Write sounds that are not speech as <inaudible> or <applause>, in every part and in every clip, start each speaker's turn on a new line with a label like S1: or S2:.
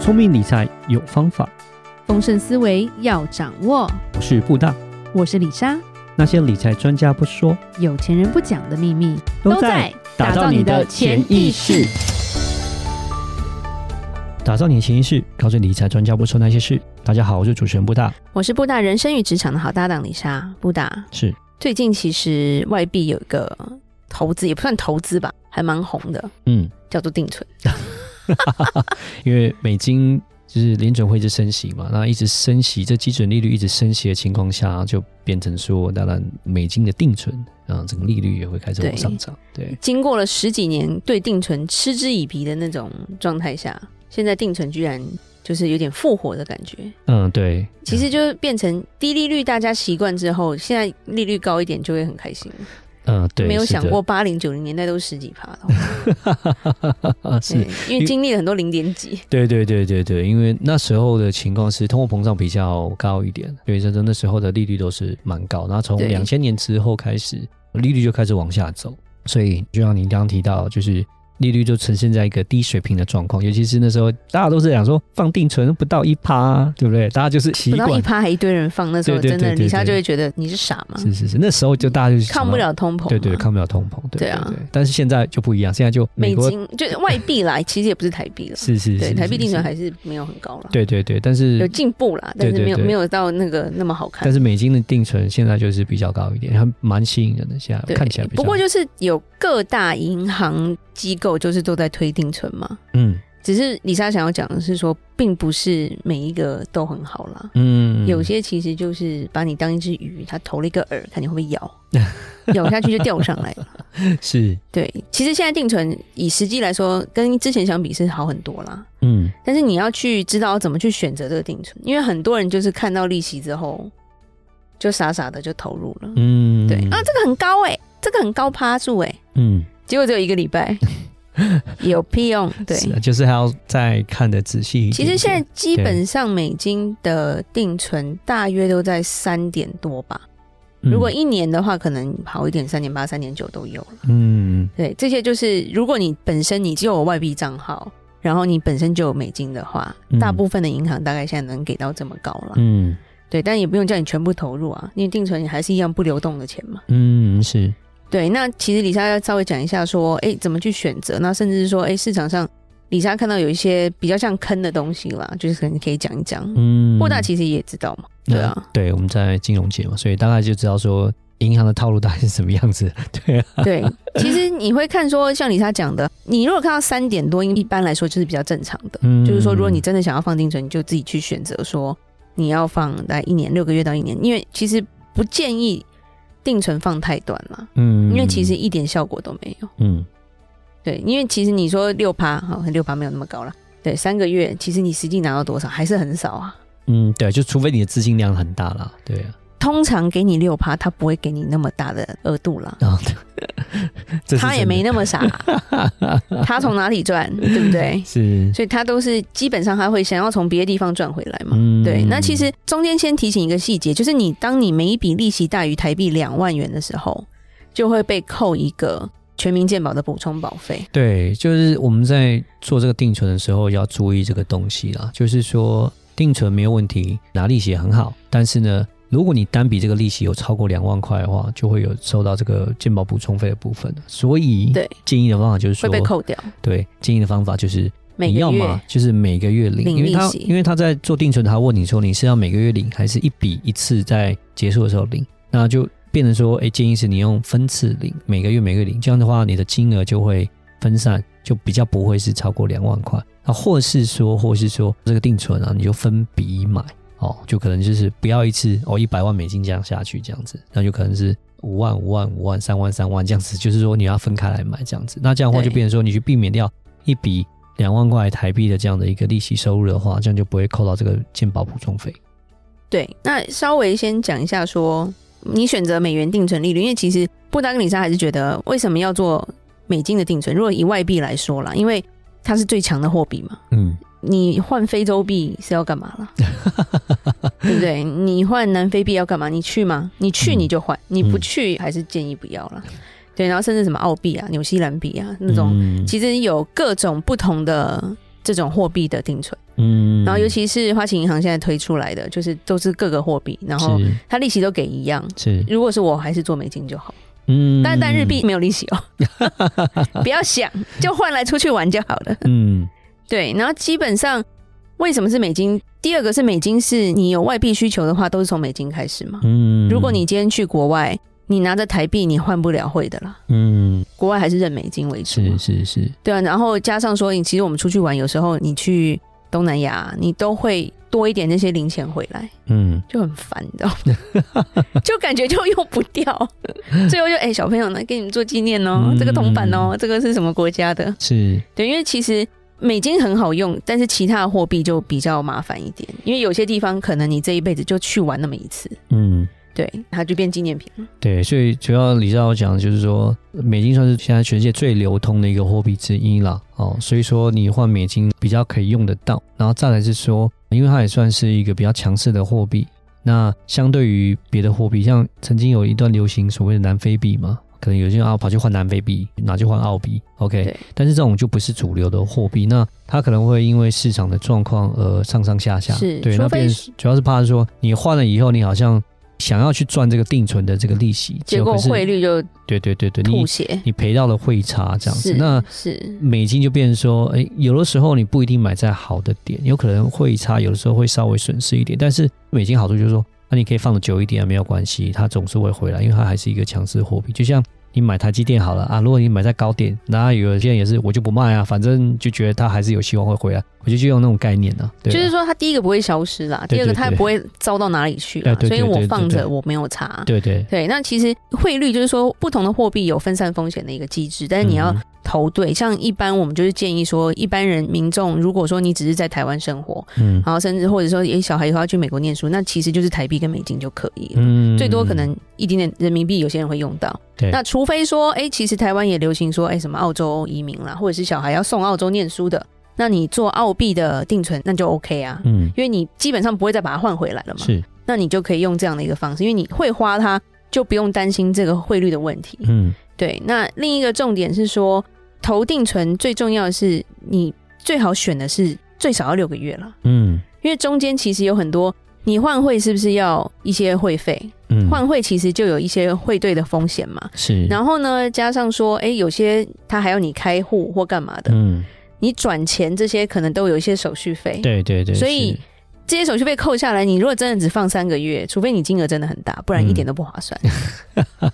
S1: 聪明理财有方法，
S2: 丰盛思维要掌握。
S1: 我是布大。
S2: 我是李莎，
S1: 那些理财专家不说，
S2: 有钱人不讲的秘密
S1: 打造你的潜意识。。打造你的潜意识，告诉理财专家不说那些事。大家好，我是主持人布大。
S2: 我是布大人生与职场的好搭档李莎。布大
S1: 是
S2: 最近其实外币有一个投资，也不算投资吧，还蛮红的，
S1: 嗯，
S2: 叫做定存。
S1: 因为美金就是联准会一直升息嘛，那一直升息，这基准利率一直升息的情况下，就变成说，当然美金的定存啊，整个利率也会开始往
S2: 对
S1: 上涨。对，
S2: 经过了十几年对定存嗤之以鼻的那种状态下，现在定存居然就是有点复活的感觉。
S1: 嗯，对，
S2: 其实就变成低利率，大家习惯之后，现在利率高一点就会很开心。
S1: 嗯，对，
S2: 没有
S1: 是的 <laughs>
S2: 想过，八零九零年代都是十几趴的，
S1: 是
S2: 对，因
S1: 因
S2: 为
S1: 为
S2: 经历了很多零点几，
S1: 对对对对对，因为那时候的情况是通货膨胀比较高一点，所以真正那时候的利率都是蛮高。然后从
S2: 对
S1: 两千年之后开始，利率就开始往下走，所以就像您刚刚提到，就是利率就呈现在一个低水平的状况，尤其是那时候大家都是讲说放定存不到一趴，对不对？大家就是习
S2: 不到一
S1: 惯，
S2: 趴还一堆人放，那时候
S1: 对对
S2: 真的
S1: 对对
S2: 李莎
S1: 对
S2: 就会觉得你是傻吗？
S1: 是是是，那时候就大家就是想
S2: 抗不
S1: 要，
S2: 了通膨嘛，
S1: 对对，抗不了通膨，对
S2: 对啊
S1: 对但是现在就不一样，现在就美
S2: 美
S1: 国
S2: 金就是外币啦，其实也不是台币了，
S1: 是是是
S2: 对，台币定
S1: 是
S2: 存。
S1: 是
S2: 还是没有很高啦，
S1: 对对对，但是
S2: 有进步啦，但
S1: 对
S2: 是
S1: 对
S2: 没有
S1: 对
S2: 没有到那个那么好看
S1: 但。是美金的定存现在就是比较高一点，还蛮吸引人的。现在
S2: 对
S1: 看起来，比较
S2: 不过就是有各大银行机构就是都在推定存嘛，
S1: 嗯
S2: 只是李莎想要讲的是说，并不是每一个都很好啦。
S1: 嗯，
S2: 有些其实就是把你当一只鱼，它投了一个饵，看你会不会
S1: <laughs>
S2: 咬，咬下去就钓上来了。
S1: 是
S2: 对，其实现在定存以实际来说，跟之前相比是好很多啦。
S1: 嗯
S2: 但是你要去知道怎么去选择这个定存，因为很多人就是看到利息之后，就傻傻的就投入了。
S1: 嗯
S2: 对啊，这个很高哎、这个很高趴数哎、
S1: 嗯
S2: 结果只有一个礼拜，有屁用？对，
S1: 是啊就是还要再看的仔细一点
S2: 其
S1: 点。
S2: 实现在基本上美金的定存大约都在三点多吧。
S1: 嗯
S2: 如果一年的话，可能好一点，三点八、三点九都有了。
S1: 嗯嗯
S2: 对，这些就是如果你本身你就有外币账号，然后你本身就有美金的话，
S1: 嗯
S2: 大部分的银行大概现在能给到这么高了。
S1: 嗯
S2: 对，但也不用叫你全部投入啊，因为定存你还是一样不流动的钱嘛。
S1: 嗯是
S2: 对，那其实李莎要稍微讲一下说，哎，怎么去选择？那甚至是说，哎，市场上李莎看到有一些比较像坑的东西啦，就是可能可以讲一讲。
S1: 嗯，
S2: 布大其实也知道嘛，对啊，
S1: 嗯对，我们在金融界嘛，所以大概就知道说银行的套路大概是什么样子。对啊， <laughs>
S2: 对，其实你会看说，像李莎讲的，你如果看到三点多，一般来说就是比较正常的，
S1: 嗯
S2: 就是说，如果你真的想要放定存，你就自己去选择说你要放大概一年六个月到一年，因为其实不建议定存放太短啦，
S1: 嗯，
S2: 因为其实一点效果都没有。
S1: 嗯
S2: 对，因为其实你说六趴，好，六趴没有那么高了。对，三个月，其实你实际拿到多少还是很少啊。
S1: 嗯对，就除非你的资金量很大啦，对啊，
S2: 通常给你六趴，他不会给你那么大的额度啦，
S1: 然后 <laughs> 这是
S2: 他也
S1: 真的
S2: 没那么傻啊，他从哪里赚，对不对？
S1: 是
S2: 所以他都是基本上他会想要从别的地方赚回来嘛。
S1: 嗯
S2: 对，那其实中间先提醒一个细节，就是你当你每一笔利息大于台币两万元的时候，就会被扣一个全民健保的补充保费。
S1: 对，就是我们在做这个定存的时候要注意这个东西啦，就是说定存没有问题，拿利息也很好，但是呢，如果你单笔这个利息有超过两万块的话，就会有收到这个健保补充费的部分，所以
S2: 对
S1: 建议的方法就是
S2: 会
S1: 说，
S2: 被扣掉，
S1: 对，建议的方法就是
S2: 每
S1: 你
S2: 个
S1: 要
S2: 月
S1: 嘛就是每个月领，
S2: 领
S1: 因为他
S2: 利息
S1: 因为他在做定存，他问你说你是要每个月领，还是一笔一次在结束的时候领，那就变成说，哎、建议是你用分次领，每个月每个月领，这样的话你的金额就会分散，就比较不会是超过两万块，那或是说，或是说这个定存啊，你就分笔买。哦，就可能就是不要一次哦，一百万美金这样下去，这样子，那就可能是五万、五万、五万、三万、三万这样子，就是说你要分开来买这样子。那这样的话
S2: 对
S1: 就变成说，你去避免掉一笔两万块台币的这样的一个利息收入的话，这样就不会扣到这个健保补充费。
S2: 对，那稍微先讲一下说，你选择美元定存利率，因为其实布达跟李莎还是觉得为什么要做美金的定存？如果以外币来说啦，因为它是最强的货币嘛，
S1: 嗯，
S2: 你换非洲币是要干嘛
S1: <laughs>
S2: 啦？对不对？你换南非币要干嘛？你去吗？你去
S1: 嗯
S2: 你就换，你不
S1: 嗯
S2: 去还是建议不要啦。对，然后甚至什么澳币啊、纽西兰币啊那种，
S1: 嗯
S2: 其实有各种不同的这种货币的定存。
S1: 嗯，
S2: 然后尤其是花旗银行现在推出来的，就是都是各个货币，然后
S1: 是
S2: 它利息都给一样。
S1: 是
S2: 如果是我，还是做美金就好。
S1: 嗯，
S2: 但但日币没有利息哦， <laughs> 不要想，就换来出去玩就好了。
S1: 嗯
S2: 对，然后基本上为什么是美金？第二个是美金，是你有外币需求的话，都是从美金开始嘛。
S1: 嗯，
S2: 如果你今天去国外，你拿着台币，你换不了汇的啦。
S1: 嗯
S2: 国外还是认美金为主嘛，
S1: 是是是
S2: 对啊。然后加上说，你其实我们出去玩，有时候你去东南亚，你都会多一点那些零钱回来，
S1: 嗯
S2: 就很烦，你知道吗？ <laughs> 就感觉就用不掉， <laughs> 最后就哎、小朋友呢，给你们做纪念哦，
S1: 嗯
S2: 这个铜板哦，这个是什么国家的？
S1: 是
S2: 对，因为其实美金很好用，但是其他的货币就比较麻烦一点，因为有些地方可能你这一辈子就去玩那么一次，
S1: 嗯。
S2: 对，它就变纪念品了。
S1: 对，所以主要李兆我讲的就是说，美金算是现在全世界最流通的一个货币之一啦。哦，所以说你换美金比较可以用得到。然后再来是说，因为它也算是一个比较强势的货币，那相对于别的货币，像曾经有一段流行所谓的南非币嘛，可能有些人啊跑去换南非币，拿去换澳币，OK
S2: 对。
S1: 但是这种就不是主流的货币，那它可能会因为市场的状况而上上下下。
S2: 是
S1: 对，
S2: 除
S1: 那
S2: 非
S1: 变
S2: 是
S1: 主要是怕说你换了以后，你好像想要去赚这个定存的这个利息，
S2: 结果
S1: 可是
S2: 汇率就
S1: 对对对对，你
S2: 吐血，
S1: 你赔到了汇差这样子，
S2: 是
S1: 那
S2: 是
S1: 美金就变成说，哎，有的时候你不一定买在好的点，有可能汇差有的时候会稍微损失一点，但是美金好处就是说，那、你可以放的久一点啊，没有关系，它总是会回来，因为它还是一个强势货币，就像。你买台积电好了啊，如果你买在高点，那有些人也是我就不卖啊，反正就觉得它还是有希望会回来，我就就用那种概念呢、啊，对啊，
S2: 就是说，它第一个不会消失啦，
S1: 对
S2: 第二个
S1: 对
S2: 它也
S1: 对
S2: 不会糟到哪里去啦
S1: 哎，对
S2: 所以
S1: 对
S2: 我
S1: 对
S2: 放
S1: 对
S2: 着
S1: 对
S2: 我没有差。
S1: 对对，
S2: 对，那其实汇率就是说，不同的货币有分散风险的一个机制，但是你要
S1: 嗯
S2: 投对。像一般我们就是建议说，一般人民众如果说你只是在台湾生活，
S1: 嗯
S2: 然后甚至或者说诶小孩以后要去美国念书，那其实就是台币跟美金就可以了。
S1: 嗯
S2: 最多可能一点点人民币，有些人会用到。
S1: 对
S2: 那除非说，诶，其实台湾也流行说，诶，什么澳洲移民啦，或者是小孩要送澳洲念书的，那你做澳币的定存，那就 OK 啊。
S1: 嗯
S2: 因为你基本上不会再把它换回来了嘛，
S1: 是
S2: 那你就可以用这样的一个方式，因为你会花它，就不用担心这个汇率的问题。
S1: 嗯
S2: 对，那另一个重点是说，投定存最重要的是你最好选的是最少要六个月了，
S1: 嗯
S2: 因为中间其实有很多你换汇是不是要一些会费？
S1: 嗯
S2: 换汇其实就有一些汇兑的风险嘛。
S1: 是，后
S2: 然后呢，加上说，哎，有些他还要你开户或干嘛的，
S1: 嗯
S2: 你转钱这些可能都有一些手续费。
S1: 对对对，
S2: 所以
S1: 是
S2: 这些手续费扣下来，你如果真的只放三个月，除非你金额真的很大，不然一点都不划算。
S1: 嗯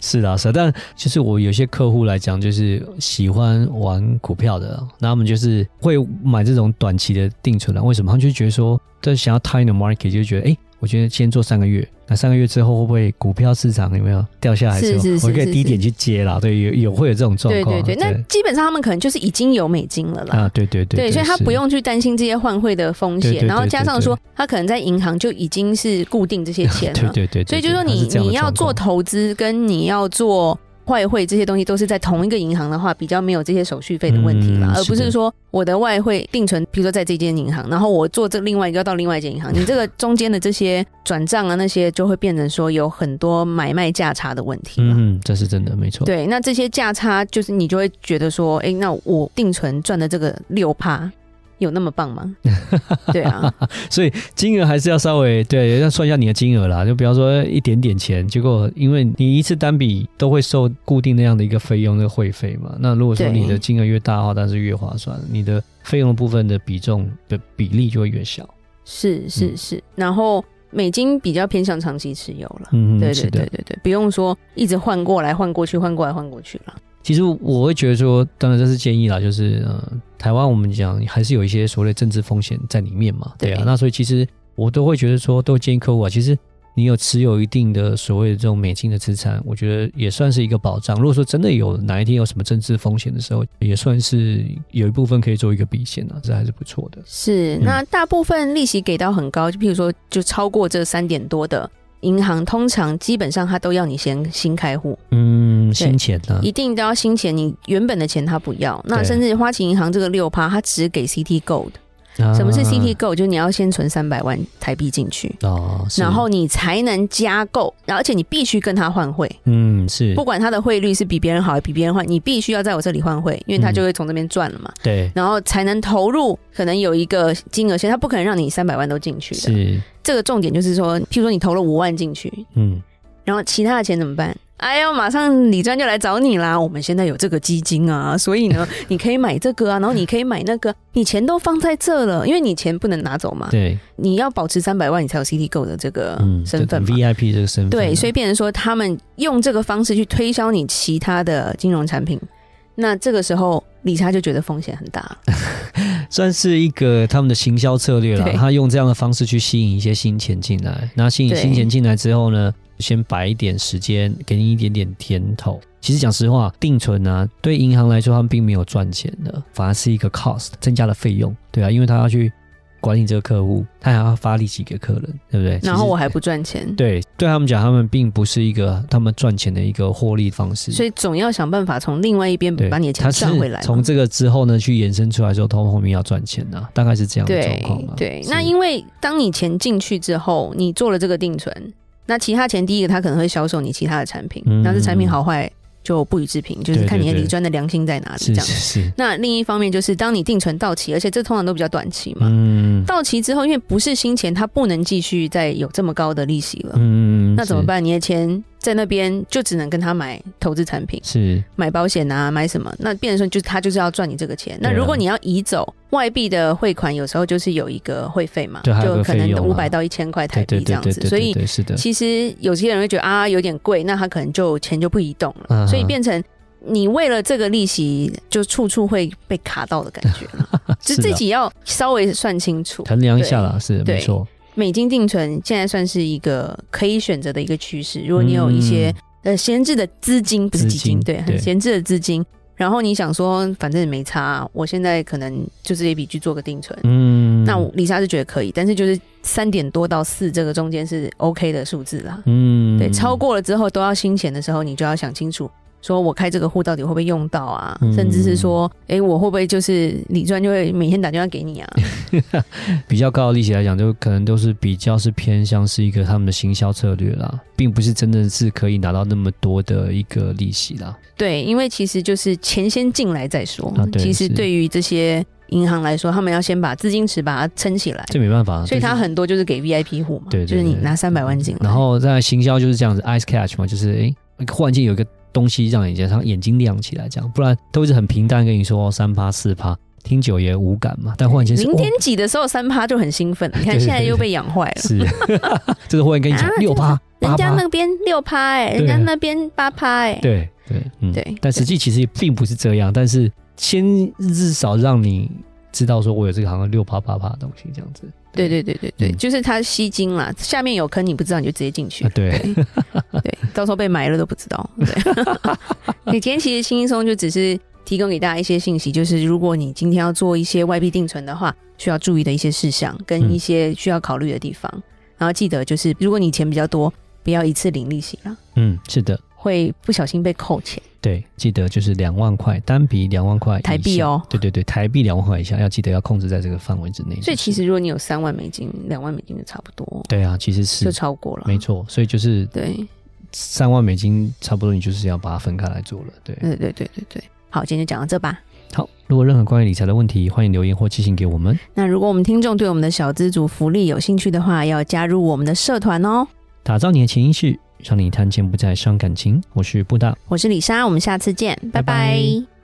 S1: 是啦，是啦，啊但就是我有些客户来讲，就是喜欢玩股票的，那他们就是会买这种短期的定存的。啊为什么？他们就觉得说，这想要 time the market，就觉得哎、诶我觉得先做三个月，那三个月之后会不会股票市场有没有掉下来之后，
S2: 是是是
S1: 我可以
S2: 是
S1: 低点去接啦？对，有有会有这种状
S2: 对
S1: 况
S2: 对
S1: 啊。
S2: 对，那基本上他们可能就是已经有美金了啦。
S1: 啊，对对对，
S2: 对，所以他
S1: 是
S2: 不用去担心这些换汇的风
S1: 对对
S2: 险，
S1: 对
S2: 然后加上说
S1: 对
S2: 他可能在银行就已经是固定这些
S1: <laughs>
S2: 钱
S1: 对
S2: 了，
S1: 对对对，
S2: 啊所以就说
S1: 对它
S2: 你
S1: 是这样的
S2: 你要做
S1: 状况
S2: 投资跟你要做外汇这些东西都是在同一个银行的话，比较没有这些手续费的问题啦，
S1: 嗯
S2: 而不
S1: 是
S2: 是
S1: 的
S2: 说我的外汇定存，比如说在这间银行，然后我做这另外一个到另外一间银行，你
S1: <laughs>
S2: 这个中间的这些转账啊那些就会变成说有很多买卖价差的问题啦。
S1: 嗯，这是真的，没错。
S2: 对，那这些价差就是你就会觉得说，哎、那我定存赚的这个六趴有那么棒吗？
S1: <laughs>
S2: 对啊，
S1: 所以金额还是要稍微对，要算一下你的金额啦，就不要说一点点钱，结果因为你一次单笔都会收固定那样的一个费用，那个会费嘛。那如果说
S2: 对
S1: 你的金额越大的话，当然是越划算，你的费用的部分的比重的比例就会越小。
S2: 是是
S1: 嗯
S2: 是，然后美金比较偏向长期持有了。
S1: 嗯，
S2: 对
S1: 是
S2: 对
S1: 的
S2: 对。对对，不用说一直换过来换过去，换过来换过去了。
S1: 其实我会觉得说，当然这是建议啦，就是呃，台湾我们讲还是有一些所谓的政治风险在里面嘛，对啊，
S2: 对
S1: 那所以其实我都会觉得说，都建议客户啊，其实你有持有一定的所谓的这种美金的资产，我觉得也算是一个保障。如果说真的有哪一天有什么政治风险的时候，也算是有一部分可以做一个避险啊，这还是不错的。
S2: 是，
S1: 嗯
S2: 那大部分利息给到很高，就譬如说就超过这三点多的银行，通常基本上它都要你先新开户，
S1: 嗯，先前呢、
S2: 一定都要新钱，你原本的钱它不要。那
S1: 对
S2: 甚至花旗银行这个六趴，它只给 CT Gold，
S1: 啊
S2: 什么是 CT Go？就是你要先存三百万台币进去，
S1: 哦，是
S2: 然后你才能加购，而且你必须跟他换汇，
S1: 嗯是
S2: 不管他的汇率是比别人好还是比别人坏，你必须要在我这里换汇，因
S1: 嗯
S2: 为他就会从这边赚了嘛，
S1: 对
S2: 然后才能投入，可能有一个金额，其实他不可能让你三百万都进去的。
S1: 是
S2: 这个重点就是说，譬如说你投了五万进去，
S1: 嗯
S2: 然后其他的钱怎么办？哎呦，马上李专就来找你啦！我们现在有这个基金啊，所以
S1: <laughs>
S2: 呢，你可以买这个啊，然后你可以买那个，你钱都放在这了，因为你钱不能拿走嘛，
S1: 对
S2: 你要保持三百万，你才有 CT Go 的这个
S1: 嗯
S2: 呃身份
S1: 这
S2: 嘛。
S1: 个 VIP 这个身份啊
S2: 对，所
S1: 以
S2: 以变成说，他们用这个方式去推销你其他的金融产品，那这个时候理查就觉得风险很大了。
S1: 算是一个他们的行销策略了。
S2: 对
S1: 他用这样的方式去吸引一些新钱进来，那吸引
S2: 对
S1: 新钱进来之后呢，先摆一点时间，给你一点点甜头。其实讲实话，定存啊，对银行来说他们并没有赚钱的，反而是一个 cost 增加了费用，对啊，因为他要去管理这个客户，他还要发利息给客人，对不对？
S2: 然后
S1: 其实
S2: 我还不赚钱，
S1: 对对他们讲，他们并不是一个他们赚钱的一个获利方式，
S2: 所以总要想办法从另外一边
S1: 嗯对，
S2: 把你的
S1: 他
S2: 钱
S1: 是
S2: 赚回来嘛。
S1: 从这个之后呢，去延伸出来说，通后面要赚钱呐、大概是这样的状
S2: 对
S1: 况嘛。
S2: 对，
S1: 是
S2: 那因为当你钱进去之后，你做了这个定存，那其他钱第一个他可能会销售你其他的产品，
S1: 嗯
S2: 那这产品好坏就不予置评，就是看你的
S1: 对对对
S2: 理专的良心在哪里这
S1: 是
S2: 样。
S1: 是是，
S2: 那另一方面就是当你定存到期，而且这通常都比较短期嘛，
S1: 嗯
S2: 到期之后因为不是新钱，它不能继续再有这么高的利息了。
S1: 嗯，
S2: 那怎么
S1: 是？
S2: 办？你的钱在那边就只能跟他买投资产品，
S1: 是
S2: 买保险啊，买什么？那变成说就是他就是要赚你这个钱。那
S1: 对啊
S2: 如果你要移走外币的汇款，有时候就是有一个会费嘛，
S1: 对还有个
S2: 就可能
S1: 费用啊
S2: 五百到一千块台
S1: 对对
S2: 币这
S1: 对
S2: 样
S1: 对
S2: 子。
S1: 对，
S2: 所以
S1: 对是的，
S2: 其实有些人会觉得啊有点贵，那他可能就钱就不移动了，
S1: 嗯哼
S2: 所以变成。你为了这个利息，就处处会被卡到的感觉
S1: <laughs>
S2: 了，就是自
S1: 的
S2: 己要稍微算清楚。
S1: 衡量一下啦，是
S2: 对
S1: 没错。
S2: 美金定存现在算是一个可以选择的一个趋势。如果你有一些、呃闲置的资金，不是
S1: 资
S2: 基金，
S1: 金
S2: 对，很
S1: 对
S2: 闲置的资金，然后你想说反正也没差、啊，我现在可能就这一笔去做个定存。
S1: 嗯，
S2: 那我李莎是觉得可以，但是就是三点多到四这个中间是 OK 的数字啦。
S1: 嗯，
S2: 对，超过了之后都要新钱的时候，你就要想清楚，说我开这个户到底会不会用到啊？
S1: 嗯
S2: 甚至是说，哎、我会不会就是李专就会每天打电话给
S1: <laughs>
S2: 你啊？
S1: 比较高的利息来讲，就可能都是比较是偏向是一个他们的行销策略啦，并不是真的是可以拿到那么多的一个利息啦。
S2: 对，因为其实就是钱先进来再说。
S1: 啊对
S2: 其实
S1: 是
S2: 对于这些银行来说，他们要先把资金池把它撑起来，
S1: 这没办法，
S2: 所以
S1: 啊就是
S2: 它很多就是给 VIP 户嘛，
S1: 对对
S2: 就是你
S1: 对
S2: 拿三百万进来，
S1: 然后在行销就是这样子，ice catch 嘛，就是诶，忽然间有一个东西让你眼睛眼睛亮起来，这样，不然都是很平淡跟你说三趴四趴，听久也无感嘛。但忽然间是
S2: 零
S1: 哦
S2: 点几的时候三趴就很兴奋，你
S1: 对
S2: 看
S1: 对
S2: 现在又被养坏了。
S1: 是， <laughs> 就是忽然跟你讲
S2: 啊
S1: 六趴
S2: 人
S1: 八
S2: 家
S1: 趴，
S2: 那边六趴哎，人
S1: 对
S2: 家那边八趴哎，
S1: 对对嗯
S2: 对
S1: 但实际其实也并不是这样，但是先至少让你知道说我有这个好像六趴八趴的东西这样子。
S2: 对对对对对，
S1: 嗯
S2: 就是它吸金啦，下面有坑你不知道你就直接
S1: <laughs>
S2: 进去
S1: 啊，，对，
S2: 对，到时候被埋了都不知道。
S1: <laughs>
S2: 对，你今天其实轻轻松就只是提供给大家一些信息，就是如果你今天要做一些外币定存的话，需要注意的一些事项跟
S1: 嗯
S2: 一些需要考虑的地方。然后记得就是，如果你钱比较多，不要一次领利息啦，
S1: 嗯，是的。
S2: 会不小心被扣钱。
S1: 对，记得就是两万块单笔两万块以
S2: 台币
S1: 下
S2: 哦
S1: 对对对，台币两万块以下，要记得要控制在这个范围之内。
S2: 所
S1: 就是
S2: 以其实如果你有三万美金、两万美金就差不多，
S1: 对啊，其实
S2: 就是超过了。
S1: 没，错，所以就是
S2: 对，
S1: 三万美金，差不多你就是要把它分开来做了。对，
S2: 对对对对对。好，今天就讲到这吧。
S1: 好，如果任何关于理财的问题，欢迎留言或寄信给我们。
S2: 那如果我们听众对我们的小资主福利有兴趣的话，要加入我们的社团哦。
S1: 打造你的潜意识，让你谈钱不再伤感情。我是布大，
S2: 我是李莎，我们下次见，拜拜
S1: 拜拜